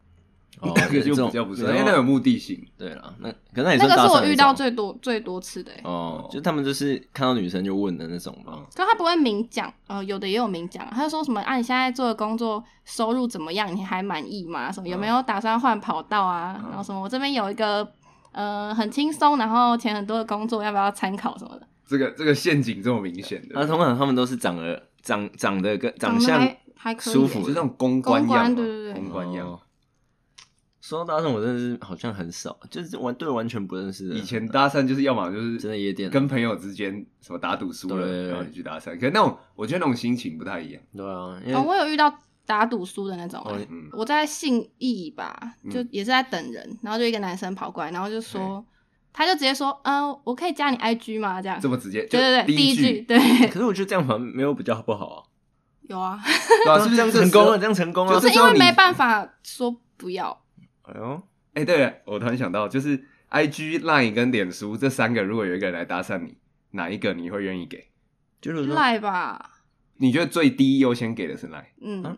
B: 哦，
A: 那个
B: 这
A: 就
B: 种
A: 比较不是，
B: 这
A: 因
B: 种
A: 为那有目的性。
B: 对了，那可是那也
C: 那
B: 算
C: 个
B: 搭
C: 是
B: 讪
C: 我
B: 欸的一
C: 遇到
B: 种
C: 最多最多次的欸、
B: 哦，就他们就是看到女生就问的那种吧。
C: 可他不会明讲，呃，有的也有明讲，他就说什么啊，你现在做的工作收入怎么样？你还满意吗？什么有没有打算换跑道啊？
A: 嗯
C: 然后什么我这边有一个呃很轻松，然后钱很多的工作，要不要参考什么的？
A: 这个这个陷阱这么明显的，
B: 那通常他们都是长得长长得跟长
C: 得
B: 相
C: 还还可以欸，
B: 舒
A: 就
B: 服
A: 是那种公关样嘛，
C: 公关对对对
A: 公关样。
B: 哦说到搭讪，我真的是好像很少，就是完对完全不认识的。
A: 以前搭讪就是要么就是
B: 啊真的夜店啊
A: 跟朋友之间什么打赌输
B: 对对
A: 了，
B: 对
A: 然后你去搭讪，可是那种我觉得那种心情不太一样。
B: 对啊，因为、
C: 哦，我有遇到打赌输的那种、欸
B: 哦
A: 嗯
C: 我在信义吧，
A: 嗯
C: 就也是在等人，然后就一个男生跑过来，然后就说，他就直接说，嗯、我可以加你 IG 吗？这样，
A: 这
C: 对
A: 么直接，就
C: 啊对对，
A: 第
C: 第
A: 一
C: 句，对，
B: 可是我觉得这样好像没有比较不好啊，
C: 有啊，
A: 对啊，是不 是
B: 这样
A: 这个
B: 成
A: 时候
B: 功了？这样成功了
A: 就
C: 不？是
A: 时
C: 啊因
A: 候
C: 为
A: 你
C: 没办法说不要，
B: 哎呦，
A: 哎、对了，我突然想到，就是 I G、Line 跟脸书这三个，如果有一个人来搭讪你，哪一个你会愿意给？
B: 就是说，
C: 赖吧，
A: 你觉得最低优先给的是 Line，、
C: 嗯，
B: 啊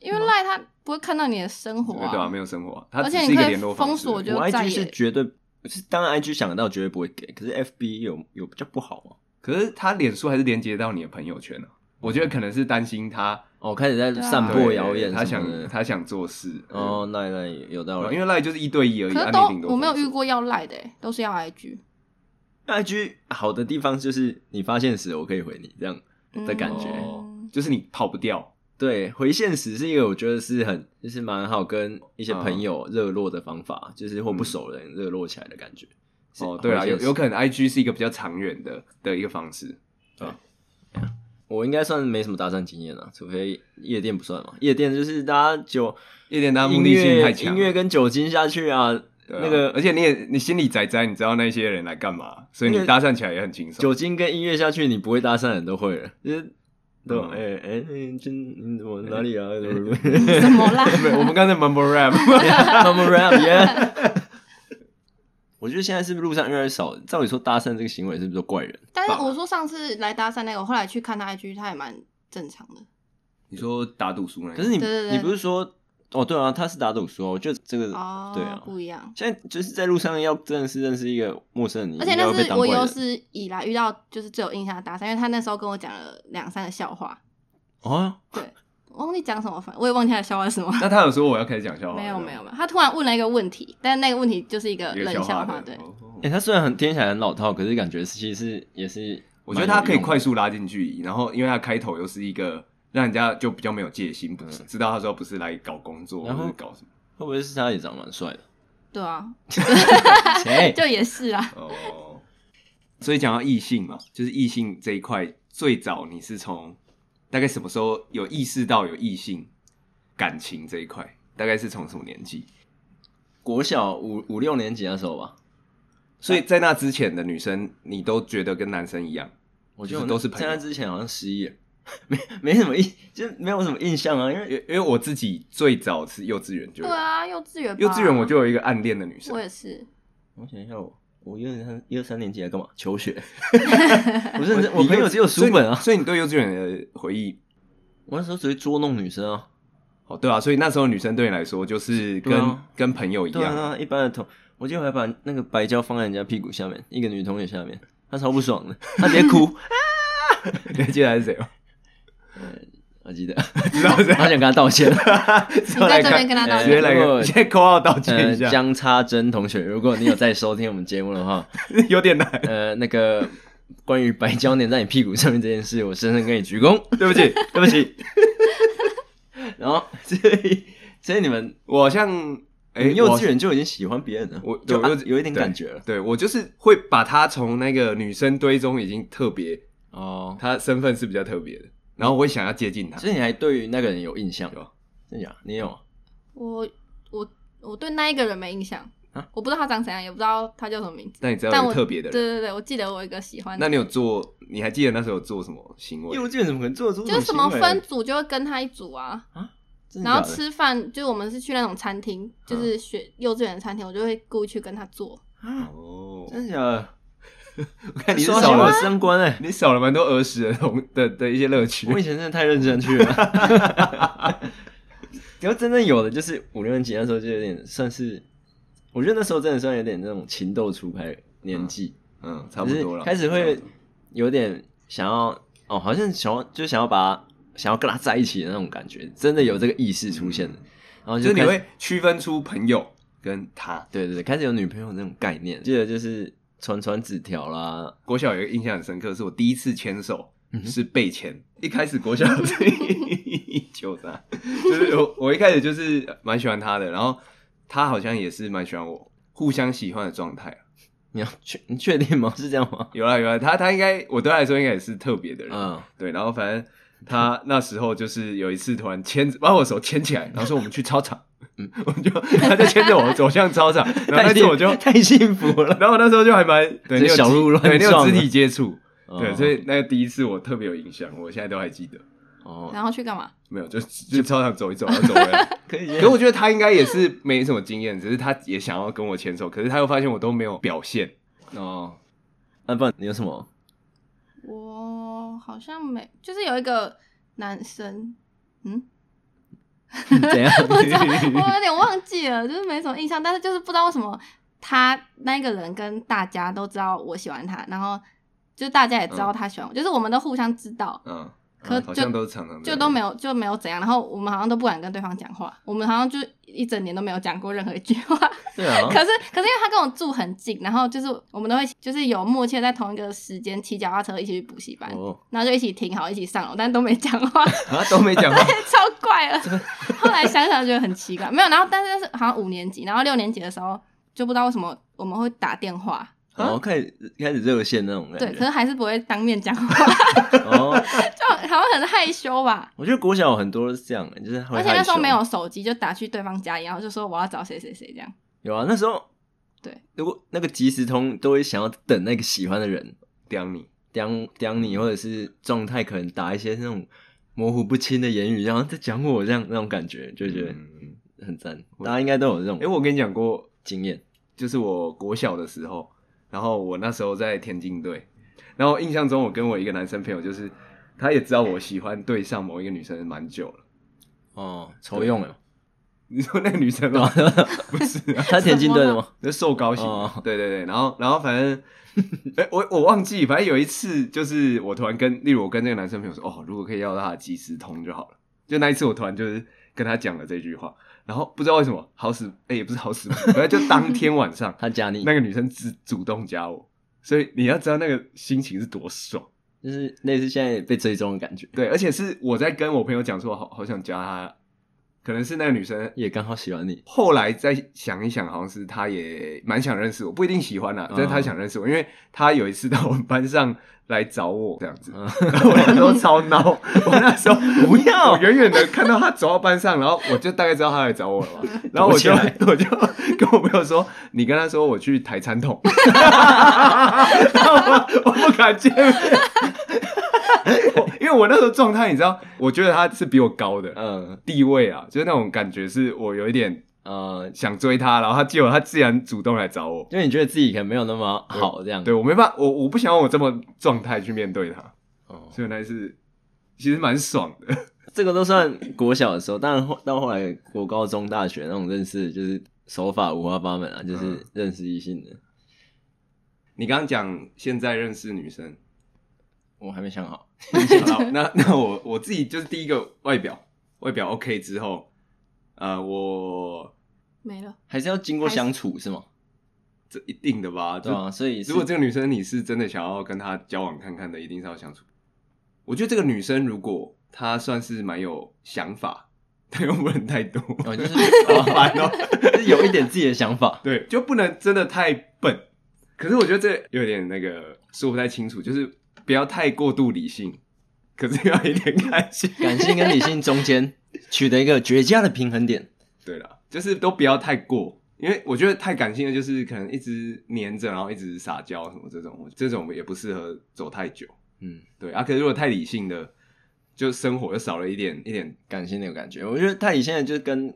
C: 因为赖他不会看到你的生活
A: 对吧、
C: 啊，
A: 没有生活啊、它
C: 而
A: 只
C: 且
A: 是一
C: 你
A: 个
C: 可
A: 联
C: 以
A: 络
C: 封
A: 方式
C: 锁，。就
B: 我
C: 再
B: IG 是
C: 也
B: 绝对是，当然 IG 想得到绝对不会给，可是 FB 有有比较不好吗？
A: 可是他脸书还是连接到你的朋友圈呢、啊。我觉得可能是担心他
B: 哦，开始在
C: 对啊
B: 散播
A: 对
B: 谣言
A: 他
B: 什么
A: 想
B: 的
A: 他想做事
B: 哦，，那那有道
A: 嗯
B: 理，
A: 因
B: 因为
A: 为 Line 就是一对一而已，
C: 可
A: 啊
C: 是
A: 你
C: 都
A: 顶多
C: 我没有
A: 封
C: 遇
A: 锁
C: 过要赖的欸、都是要 IG，
B: IG 好的地方就是你发现时我可以回你这样
C: 嗯
B: 的感觉，
A: 哦，就是你逃不掉。
B: 对，回现实是一个我觉得是很就是蛮好跟一些朋友热络的方法，就是或不熟的人热络起来的感觉。是
A: 哦，对啊，
B: 回
A: 有
B: 现实
A: 有可能 I G 是一个比较长远的的一个方式。
B: 我应该算没什么搭讪经验了，啊除非夜店不算嘛。夜店就是大家酒
A: 夜店它目
B: 音
A: 的性
B: 乐
A: 太强
B: 音
A: 了，
B: 乐跟酒精下去啊，
A: 对啊
B: 那个
A: 而且你也你心里仔仔，你知道那些人来干嘛，所以
B: 那
A: 你
B: 个
A: 搭讪起来也很轻 松。
B: 酒精跟音乐下去，你不会搭讪的人都会了，就是对吧
A: 嗯
B: 哎哎哎，这你怎么哪里 啊？怎么
C: 什么啦？
A: 没有我们刚才 mumble rap，
B: 那么 rap 耶？ 我觉得现在是不是路上越来越少？照理说搭讪这个行为是不是都怪人？
C: 但是我说上次来搭讪那个，我后来去看他 IG，他也蛮正常的。
A: 你说打赌输那个？
B: 可是你
C: 对对对
B: 你不是说哦对啊，他是打赌说，我觉得这个、
C: 哦，
B: 对啊。
C: 不一样。
B: 现在就是在路上要真的是认识一个陌生人，你
C: 而且
B: 应该
C: 那
B: 会被
C: 是
B: 当
C: 我
B: 怪人
C: 有史以来遇到就是最有印象的搭讪，因为他那时候跟我讲了两三个笑话，
B: 哦，
C: 我忘记讲什么，反我也忘记他的笑话是什么。
A: 那他有说我要开始讲笑话？
C: 没有没有没有，他突然问了一个问题，但那个问题就是一个
A: 一个
C: 冷
A: 笑
C: 笑
A: 话
C: 话，
A: 的
C: 对，
A: 哦
B: 哎、他虽然很听起来很老套，可是感觉是其实是也是，
A: 我觉得他可以快
B: 速。
A: 速拉近距离，然后因为他开头又是一个让人家就比较没有戒心，不知道他说不是来搞工作，
B: 然后
A: 或是搞什么。
B: 会不会是他也长得蛮帅的？
C: 对啊，
B: 谁？
C: 就也是啊。
A: 哦，所以讲到异性嘛，就是异性这一块，最早你是从大概什么时候有意识到有异性感情这一块？大概是从什么年纪？
B: 国小五五六年级那时候吧，
A: 所以在那之前的女生，你都觉得跟男生一样？
B: 我
A: 就
B: 觉
A: 是
B: 得我
A: 都是朋
B: 在
A: 友
B: 那之前好像失忆了，没没什么印，就是没有什么印象啊，因为
A: 因为因为我自己最早是幼稚园就
C: 对
A: 有，
C: 啊，幼稚园吧，
A: 幼稚园我就有一个暗恋的女生
C: 我，也是，
B: 我想一下我。我一二三一二三年级来干嘛？求学？我认真，
A: 你
B: 我朋友只有书本啊。
A: 所以你所以你对幼稚园的回忆，
B: 我那时候只会捉弄女生啊。
A: 哦，对啊，所以那时候女生对你来说就是
B: 对
A: 跟、
B: 啊
A: 跟朋友一
B: 对啊，
A: 样，
B: 对啊一般的同，我记得我还把那个白胶放在人家屁股下面，一个女同学下面，她超不爽的，她直接哭。
A: 你还 记得她是谁吗？
B: 我记得，
A: 知道是谁？
B: 她想跟她道歉。
A: 你
C: 你 在这边跟他道
A: 直接
C: 歉，
A: 来
B: 如果
A: 个，先扣号道歉
B: 呃
A: 一，下，
B: 江插珍同学，如果你有在收听我们节目的 话，
A: 有点 难，
B: 呃，那个关于白胶粘在你屁股上面这件事，我深深跟你鞠 躬，
A: 对不起，
B: 对不起。然后，所以，所以你们，
A: 我好像哎，
B: 你幼
A: 我
B: 稚园就已经喜欢别人了，
A: 我
B: 就
A: 对我
B: 啊
A: 幼稚
B: 有一点感觉了。
A: 对我就是会把她从那个女生堆中已经特别，
B: 哦，
A: 她身份是比较特别的，然后我会想要接近她，
B: 所以你还对于那个人有印象
A: 有？
B: 真假？你有啊？
C: 我我我对那一个人没印象
B: 啊，
C: 我不知道他长怎样，也不知道他叫什么名字，
A: 但你知道
C: 但
A: 有
C: 我
A: 特别的
C: 对
A: 人，
C: 对对，我记得我有一个喜欢的
A: 那你有做？你还记得那时候有做什么行为？
B: 幼稚园怎么可能做出
C: 就是什
B: 什
C: 么分，组就会跟他一组啊，
B: 真的
C: 然后
B: 假的
C: 吃饭就是我们是去那种餐厅，就是学幼稚园的餐厅，我就会故意去跟他坐。
B: 啊？
A: 哦，
B: 真的假的？
A: 我看 你是
B: 刷
A: 少
B: 新我
A: 了
B: 的，三观哎！
A: 你少了蛮多儿时的同的的一些乐趣。
B: 我以前真的太认真 去了。然后真正有的就是五六年级那时候就有点算是，我觉得那时候真的算有点那种情窦初开的年纪，
A: 嗯，差不
B: 就是
A: 多了，嗯
B: 开始会有点想要哦，好像想要就想要把想要跟他在一起的那种感觉，真的有这个意识出现的。然后
A: 嗯就是你
B: 开始
A: 会区分出朋友跟他。
B: 对对对，开始有女朋友那种概念，记得就是传传纸条啦，
A: 国小有一个印象很深刻，是我第一次牵手
B: 嗯哼
A: 是被牵。一开始国小就他，就是我我一开始就是蛮喜欢他的，然后他好像也是蛮喜欢我，互相喜欢的状态。啊
B: 你要确你确定吗？是这样 吗？
A: 有啦有啦，他他应该我对他来说应该也是特别的人，
B: 嗯，
A: 对，然后反正他那时候就是有一次突然牵着把我手牵起来，然后说我们去操场，嗯， 我就他就牵着我走向操场，然后那次我 就，
B: 太幸福了。
A: 然后那时候就还蛮对，
B: 这
A: 那个
B: 小鹿乱
A: 对，那
B: 撞
A: 有
B: 了
A: 肢体接触，
C: 嗯
A: 对，
B: 哦
A: 所以那个第一次我特别有印象，我现在都还记得，
B: 哦，
C: 然后去干嘛？
A: 没 有就就操场走一走，然后走回来。
B: 可以
A: 可
B: 接
A: 是
B: 受。
A: 我觉得他应该也是没什么经验，只是他也想要跟我牵手，可是他又发现我都没有表现，
B: 哦，那不然你有什么？
C: 我好像没，就是有一个男生，嗯，
B: 怎 样？
C: 我有点忘记了，就是没什么印象，但是就是不知道为什么他那个人跟大家都知道我喜欢他，然后就大家也知
B: 嗯
C: 道他喜欢我，就是我们都互相知道，
A: 嗯，
C: 可
A: 好
C: 就
A: 像都是常常这
C: 就
A: 样
C: 都没有就没有怎样，然后我们好像都不敢跟对方讲话，我们好像就一整年都没有讲过任何一句话。
B: 对啊，
C: 可是可是因为他跟我住很近，然后就是我们都会就是有默契在同一个时间骑脚踏车一起去补习班，
B: 哦，
C: 然后就一起停好一起上楼，但都没讲话，
A: 啊都没讲话，
C: 超怪了。后来想想觉得很奇怪，没有。然后但是是好像五年级，然后六年级的时候就不知道为什么我们会打电话，
B: 然后哦开始开始热线那种感觉。
C: 对，可是还是不会当面讲话，
B: 哦，
C: 就好像很害羞吧。
B: 我觉得国小有很多是这样的，就是会
C: 而且那时
B: 害
C: 候
B: 羞
C: 没有手机，就打去对方家里，然后就说我要找谁谁谁这样。
B: 有啊，那时候
C: 对，
B: 如果那个即时通都会想要等那个喜欢的人
A: 刁你。
B: 刁刁你，或者是状态可能打一些那种模糊不清的言语，然后在讲我这样那种感觉，就觉
A: 嗯嗯
B: 得很赞。大家应该都有这
A: 哎、
B: 种
A: 我跟你讲过，
B: 经验。
A: 就是我国小的时候，然后我那时候在田径队，然后印象中我跟我一个男生朋友，就是他也知道我喜欢对上某一个女生蛮久了。
B: 哦，愁用了，
A: 你说那个女生 吗？不是、啊，
B: 他田径队的吗？
A: 那瘦高型。
B: 哦
A: 对对对，然后然后反正， 哎、我我忘记，反正有一次就是我突然跟，例如我跟那个男生朋友说，哦，如果可以要到他的即时通就好了。就那一次我突然就是跟他讲了这句话，然后不知道为什么好死，哎、也不是好死不 死，反正就当天晚上。
B: 他加你，
A: 那个女生主主动加我，所以你要知道那个心情是多爽。
B: 就是类似现在被追踪的感觉。
A: 对，而且是我在跟我朋友讲说，好好想加她可能是那个女生
B: 也刚好喜欢你，
A: 后来再想一想，好像是她也蛮想认识我，不一定喜欢啦，
B: 嗯
A: 但是她想认识我，因为她有一次到我们班上来找我这样 子，
B: 嗯
A: 然后我那时候超孬，我那时候
B: 不要
A: 我远远的看到她走到班上，然后我就大概知道她来找我了 嘛，然后我就
B: 躲起来
A: 我就跟我朋友说，你跟她说我去抬餐 桶，然后我我不敢见 面。我因为我那时候状态，你知道，我觉得她是比我高的，
B: 嗯
A: 地位啊，就是那种感觉，是我有一点
B: 呃，
A: 想追他，然后他结果他自然主动来找我。
B: 因为你觉得自己可能没有那么好这样，
A: 对我没办法，我我不想用我这么状态去面对他，
B: 哦，
A: 所以那一次其实蛮爽的。
B: 这个都算国小的时候，当然后到后来国高中、大学那种认识，就是手法五花八门啊，就是
A: 嗯
B: 认识异性的。
A: 你刚刚讲现在认识女 生，
B: 我还没想好，
A: 好，那那我我自己就是第一个外表，外表 OK 之后，呃，我
C: 没了。
B: 还是要经过相处是吗？
A: 这一定的吧，就
B: 对啊，所以是
A: 如果这个女生你是真的想要跟她交往看看的，一定是要相处。我觉得这个女生如果她算是蛮有想法，但又不能太多，
B: 哦，就是
A: 好烦哦。
B: 就是有一点自己的想法，
A: 对，就不能真的太笨。可是我觉得这有点那个说不太清楚，就是不要太过度理性，可是要一点感 性。
B: 感性跟理性中间取得一个绝佳的平衡点。
A: 对了，就是都不要太过，因为我觉得太感性的就是可能一直黏着，然后一直撒娇什么这种，这种也不适合走太久。
B: 嗯，
A: 对啊，可是如果太理性的，就生活就少了一点一点，
B: 感性的有感觉，我觉得太理性的就是跟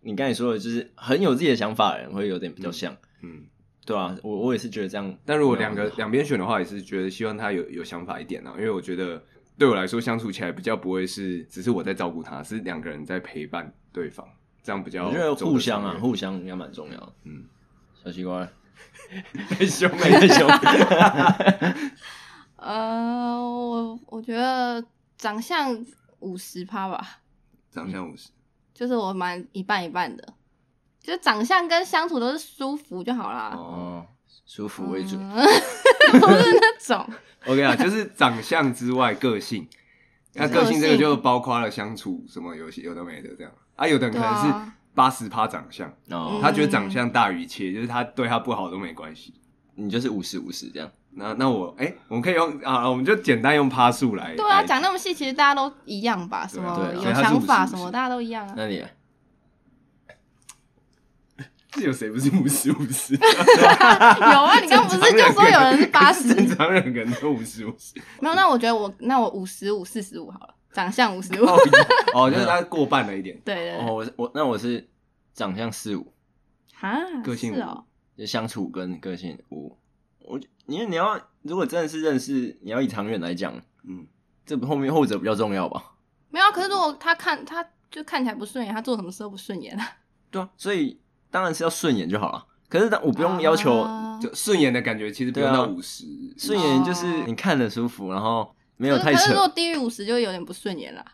B: 你刚才说的，就是很有自己的想法的人会有点比较像，
A: 嗯。
B: 对啊，我我也是觉得这样。
A: 但如果两个
B: 没有啊
A: 两边选的话，也是觉得希望他有有想法一点啊，因为我觉得对我来说相处起来比较不会是只是我在照顾他，是两个人在陪伴对方，这样比较
B: 我觉得
A: 走得
B: 互相啊，
A: 长远
B: 互相应该蛮重要的。
A: 嗯，
B: 小西 瓜，
A: 很凶哎、
B: 很凶。欸
C: 呃，我我觉得长相五十趴吧，
A: 长相五十，
C: 就是我蛮一半一半的，就长相跟相处都是舒服就好啦。
B: 哦，舒服为主。
C: 嗯 不是那种。
A: 我跟你讲，啊就是长相之外个 性，那个性这个就包括了相处什么有些有的没的这样啊，有的人可能
C: 对
A: 是
C: 啊嗯
A: 八十趴长相，
B: 哦，
A: 他觉得长相大于一切，就是他对他不好都没关系。
B: 你就是五十五十这样。
A: 那那我哎、我们可以用啊，我们就简单用趴数来。
C: 对啊，
A: 来
C: 讲那么细，其实大家都一样吧？什么
A: 对啊
B: 对啊
C: 有想
A: 所
C: 法
A: 以他是
C: 什
A: 五十五
C: 么，
A: 十
C: 大家都一样啊。
B: 那你
A: 是有谁不是五十五十？
C: 有啊，你刚刚不是就说有人是八十？
A: 正常人可能都五十五十。
C: 没有，那我觉得我那我五十五、四十五好了，长相五十五。
A: 哦，就是他过半了一点。
C: 对对
B: 哦，
C: 对，
B: 我是我那我是长相四五，
C: 哈，
A: 个性
C: 是哦，
B: 就相处跟个性五。我因为你要如果真的是认识，你要以长远来讲，
A: 嗯，
B: 这后面后者比较重要吧？
C: 没有啊。可是如果他看他就看起来不顺眼，他做什么事都不顺眼啊。
B: 对啊，所以当然是要顺眼就好了。可是当我不用要求
C: 啊
A: 就顺眼的感觉，其实不用到
B: 对啊
A: 五十、
B: 顺眼，就是你看着舒服，然后没有太
C: 可是可是
B: 扯
C: 如。果低于五十就有点不顺眼啦。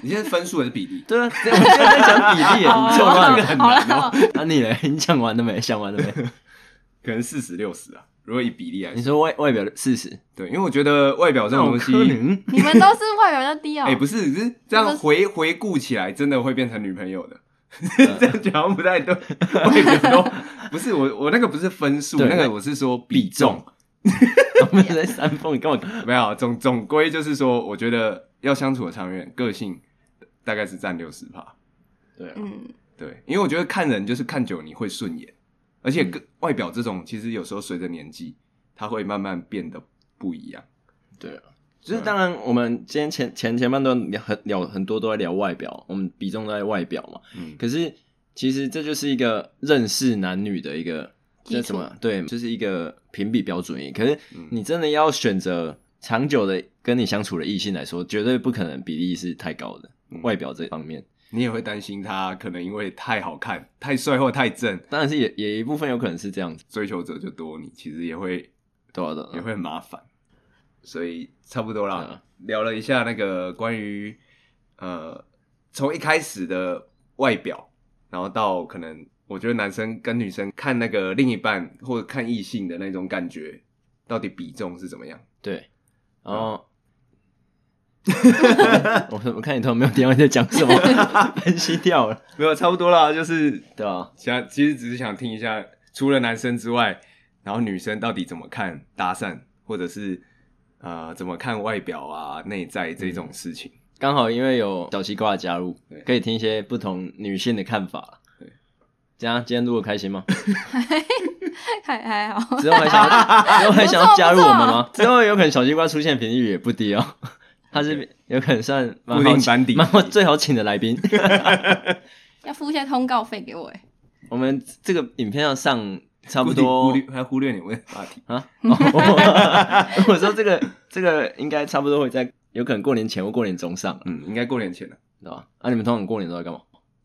A: 你现在分数还是比例？
B: 对啊，这我现在在讲比例 耶，你错乱了。
C: 好了，
B: 那哦啊你嘞？你讲完了没？想完了没？
A: 可能四十六十啊。如果以比例来
B: 你
A: 说，
B: 说外外表四十，
A: 对，因为我觉得外表这种东西，
C: 你们都是外表就低哦
A: 哎、。不是，是这样回回顾起来，真的会变成女朋友的。 这样讲好像不太对，外表都 不是我，我那个不是分数，
B: 对
A: 那个我是说比重。
B: 我们在煽风，你干嘛？
A: 没有，总总归就是说，我觉得要相处的长远，个性大概是占六十趴。
B: 对啊，
C: 嗯，
A: 对，因为我觉得看人就是看久你会顺眼，而且个、外表这种，其实有时候随着年纪，它会慢慢变得不一样。
B: 对啊。就是当然，我们今天前前前半段聊很聊很多都在聊外表，我们比重都在外表嘛。
A: 嗯，
B: 可是其实这就是一个认识男女的一个
C: 基
B: 这
C: 础
B: 什么？对，就是一个评比标准而已。可是
A: 嗯
B: 你真的要选择长久的跟你相处的异性来说，绝对不可能比例是太高的，
A: 嗯
B: 外表这方面。
A: 你也会担心他可能因为太好看、太帅或太正，
B: 当然是也也一部分有可能是这样子，
A: 追求者就多，你其实也会
B: 对啊对啊
A: 也会很麻烦。所以差不多啦，
B: 嗯
A: 聊了一下那个关于呃，从一开始的外表，然后到可能我觉得男生跟女生看那个另一半或者看异性的那种感觉，到底比重是怎么样？
B: 对。然后
A: 啊
B: 我我看你头没有听到你在讲 什么，分析掉了，
A: 没有差不多啦，就是
B: 对啊吧？
A: 想其实只是想听一下，除了男生之外，然后女生到底怎么看搭讪，或者是呃怎么看外表啊、内在这种事情。
B: 刚好因为有小西瓜的加入
A: 对，
B: 可以听一些不同女性的看法。
A: 对，
B: 这样今天录的开心吗？
C: 还还好，
B: 之后还想 要，之后还想要加入我们
C: 不
B: 吗？之后有可能小西瓜出现频率也不 低哦，他是有可能算
A: 固
B: 蛮好
A: 定班
B: 请，
A: 底
B: 蛮好最好请的来宾。
C: 要付一些通告费给我哎。
B: 我们这个影片要上差
A: 差
B: 不多
A: 忽略还忽略你问的话题，
B: 啊，哦 我说这个这个应该差不多会在有可能过年前或过年中上，
A: 嗯，应该过年前了，
B: 知道吧？啊，你们通常过年都在干嘛？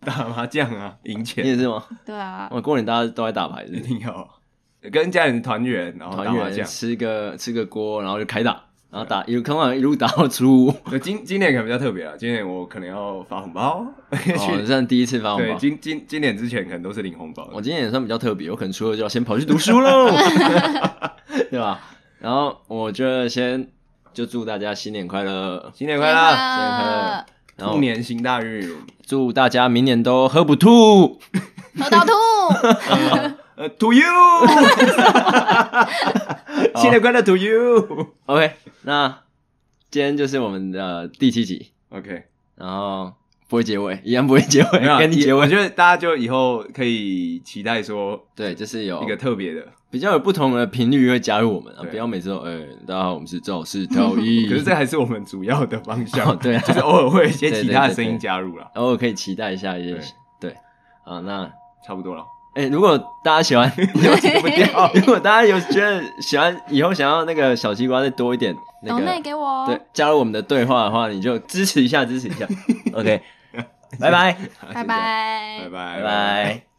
A: 打麻将啊，赢钱
B: 你也是吗？哦
C: 对啊，
B: 我过年大家都在打牌，是不
A: 一
B: 是
A: 定要跟家人团圆，然后打
B: 团
A: 麻
B: 圆
A: 将。
B: 吃个吃个锅，然后就开打，然后打有可能一路打到初 五，
A: 对，今今年可能比较特别了，今年我可能要发红包，也许、
B: 哦，算第一次发红
A: 对，
B: 包。
A: 今今今年之前可能都是领红包的。
B: 我今年也算比较特别，我可能初二就要先跑去读书 喽，对吧？然后我觉得先就祝大家新年快乐，
A: 新年快乐，
B: 新年快乐然后
A: 兔年行大运，
B: 祝大家明年都喝不吐。
C: 喝到吐，
A: 呃，to you，新年快乐，to you。
B: OK，那今天就是我们的第七集，
A: OK，
B: 然后不会结尾，一样不会结尾，
A: 没有啊，
B: 跟你结
A: 也我
B: 尾。
A: 觉得大家就以后可以期待说
B: 对，就是有
A: 一个特别的，
B: 比较有不同的频率会加入我们啊，
A: 对
B: 不要每次都哎、大家好，我们是肇事逃逸。
A: 可是这还是我们主要的方
B: 哦
A: 向，
B: 对啊
A: 就是偶尔会有一些
B: 对
A: 其
B: 对
A: 他的
B: 对
A: 声
B: 对
A: 音加入了，
B: 偶哦尔可以期待一下一些
A: 对
B: 对啊，那
A: 差不多了。
B: 哎、如果大家 喜欢， 有不掉，如果大家有觉得喜欢，以后想要那个小西瓜再多一点那
C: 抖内
B: 个，
C: 给我哦。
B: 对，加入我们的对话的话，你就支持一下，支持一下。OK，拜拜，
A: 好先这样
C: 拜拜
A: 拜拜，
B: 拜拜。